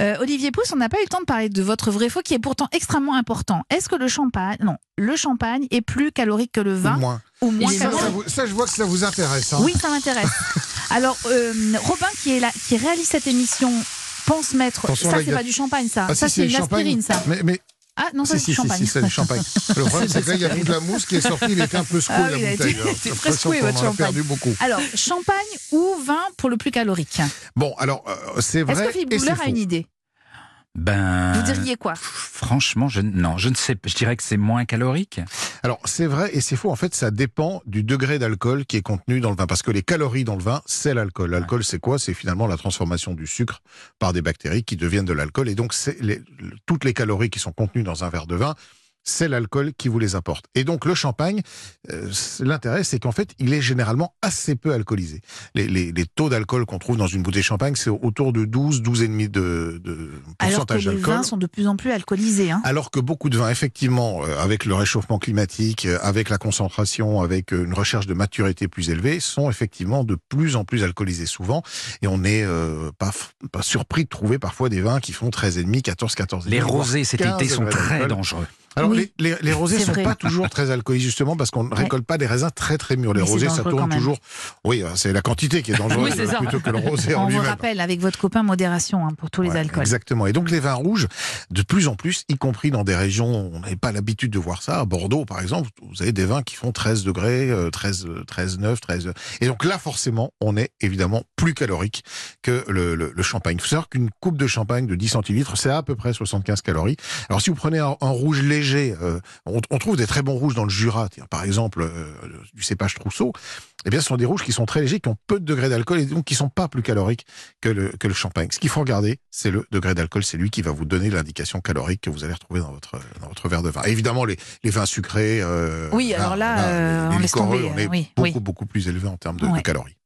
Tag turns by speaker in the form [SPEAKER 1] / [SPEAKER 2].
[SPEAKER 1] Euh, Olivier Pousse, on n'a pas eu le temps de parler de votre vrai faux qui est pourtant extrêmement important. Est-ce que le champagne, non, le champagne est plus calorique que le vin
[SPEAKER 2] Au moins.
[SPEAKER 1] ou moins
[SPEAKER 2] ça,
[SPEAKER 1] calorique
[SPEAKER 2] ça vous- ça, je vois que ça vous intéresse. hein.
[SPEAKER 1] Oui, ça m'intéresse. Alors, euh, Robin qui est là, qui réalise cette émission, pense mettre.
[SPEAKER 2] Attention,
[SPEAKER 1] ça,
[SPEAKER 2] la
[SPEAKER 1] c'est
[SPEAKER 2] gâte-
[SPEAKER 1] pas du champagne, ça.
[SPEAKER 2] Ah,
[SPEAKER 1] ça,
[SPEAKER 2] si,
[SPEAKER 1] c'est
[SPEAKER 2] du
[SPEAKER 1] une
[SPEAKER 2] champagne.
[SPEAKER 1] aspirine, ça.
[SPEAKER 2] Mais, mais
[SPEAKER 1] Ah non, ça,
[SPEAKER 2] si,
[SPEAKER 1] c'est du
[SPEAKER 2] si, si,
[SPEAKER 1] champagne.
[SPEAKER 2] si, c'est du champagne. Le problème, c'est que là, il y a toute la mousse qui est sortie, il était un peu secoué,
[SPEAKER 1] Ah oui, il a
[SPEAKER 2] la
[SPEAKER 1] été-
[SPEAKER 2] bouteille. hein.
[SPEAKER 1] était
[SPEAKER 2] J'ai
[SPEAKER 1] très
[SPEAKER 2] l'impression
[SPEAKER 1] secoué,
[SPEAKER 2] qu'on
[SPEAKER 1] votre
[SPEAKER 2] en a
[SPEAKER 1] champagne.
[SPEAKER 2] perdu beaucoup.
[SPEAKER 1] Alors, champagne ou vin pour le plus calorique
[SPEAKER 2] Bon, alors, euh, c'est
[SPEAKER 1] Est-ce
[SPEAKER 2] vrai.
[SPEAKER 1] que Philippe
[SPEAKER 2] et c'est
[SPEAKER 1] Boulard a
[SPEAKER 2] faux.
[SPEAKER 1] une idée
[SPEAKER 3] Ben.
[SPEAKER 1] Vous diriez quoi
[SPEAKER 3] Franchement, je, non, je ne sais pas. Je dirais que c'est moins calorique.
[SPEAKER 2] Alors, c'est vrai et c'est faux. En fait, ça dépend du degré d'alcool qui est contenu dans le vin. Parce que les calories dans le vin, c'est l'alcool. L'alcool, c'est quoi C'est finalement la transformation du sucre par des bactéries qui deviennent de l'alcool. Et donc, c'est les- le- toutes les calories qui sont contenues dans un verre de vin, c'est l'alcool qui vous les apporte. Et donc, le champagne, euh, c'est- l'intérêt, c'est qu'en fait, il est généralement assez peu alcoolisé. Les, les- les taux d'alcool qu'on trouve dans une bouteille de champagne, c'est autour de 12, 12,5 de, de
[SPEAKER 1] Alors que
[SPEAKER 2] pourcentage
[SPEAKER 1] les
[SPEAKER 2] d'alcool.
[SPEAKER 1] vins sont de plus en plus alcoolisés. Hein.
[SPEAKER 2] Alors que beaucoup de vins, effectivement, euh, avec le réchauffement climatique, euh, avec la concentration, avec euh, une recherche de maturité plus élevée, sont effectivement de plus en plus alcoolisés souvent. Et on n'est euh, pas, f- pas surpris de trouver parfois des vins qui font 13,5, 14, 14.
[SPEAKER 3] Les rosés cet
[SPEAKER 2] 15
[SPEAKER 3] été sont
[SPEAKER 2] degrés
[SPEAKER 3] très
[SPEAKER 2] d'alcool.
[SPEAKER 3] dangereux.
[SPEAKER 2] Alors
[SPEAKER 1] Oui.
[SPEAKER 2] les, les, les rosés
[SPEAKER 1] C'est
[SPEAKER 2] sont
[SPEAKER 1] vrai.
[SPEAKER 2] pas toujours très alcoolisés justement parce qu'on ne récolte pas des raisins très très mûrs. Les
[SPEAKER 1] Mais c'est
[SPEAKER 2] rosés, ça
[SPEAKER 1] dangereux quand
[SPEAKER 2] tourne
[SPEAKER 1] même.
[SPEAKER 2] toujours. Oui, euh, c'est la quantité qui est dangereuse euh,
[SPEAKER 3] Oui, c'est ça.
[SPEAKER 2] plutôt que le rosé en
[SPEAKER 1] On vous
[SPEAKER 2] lui-même.
[SPEAKER 1] rappelle, avec votre copain, modération hein, pour tous les
[SPEAKER 2] Ouais,
[SPEAKER 1] alcools.
[SPEAKER 2] Exactement. Et donc les vins rouges, de plus en plus, y compris dans des régions où on n'avait pas l'habitude de voir ça, à Bordeaux par exemple, vous avez des vins qui font 13 degrés, euh, 13, euh, 13, 9, 13. Et donc là forcément, on est évidemment plus calorique que le, le- le champagne. Il faut savoir qu'une coupe de champagne de 10 centilitres, c'est à peu près 75 calories. Alors si vous prenez un, un rouge léger, euh, on, on trouve des très bons rouges dans le Jura, tiens, par exemple euh, du cépage Trousseau, eh bien ce sont des rouges qui sont très légers, qui ont peu de degrés d'alcool et donc qui sont pas plus caloriques que le, que le champagne. Ce qu'il faut regarder, c'est le degré d'alcool. C'est lui qui va vous donner l'indication calorique que vous allez retrouver dans votre, dans votre verre de vin. Et évidemment, les, les vins sucrés. euh,
[SPEAKER 1] Oui, alors là, euh,
[SPEAKER 2] les
[SPEAKER 1] on laisse
[SPEAKER 2] liquoreux,
[SPEAKER 1] tomber,
[SPEAKER 2] on est
[SPEAKER 1] euh, oui,
[SPEAKER 2] beaucoup,
[SPEAKER 1] oui.
[SPEAKER 2] beaucoup plus élevé en termes de, de
[SPEAKER 1] Ouais.
[SPEAKER 2] calories.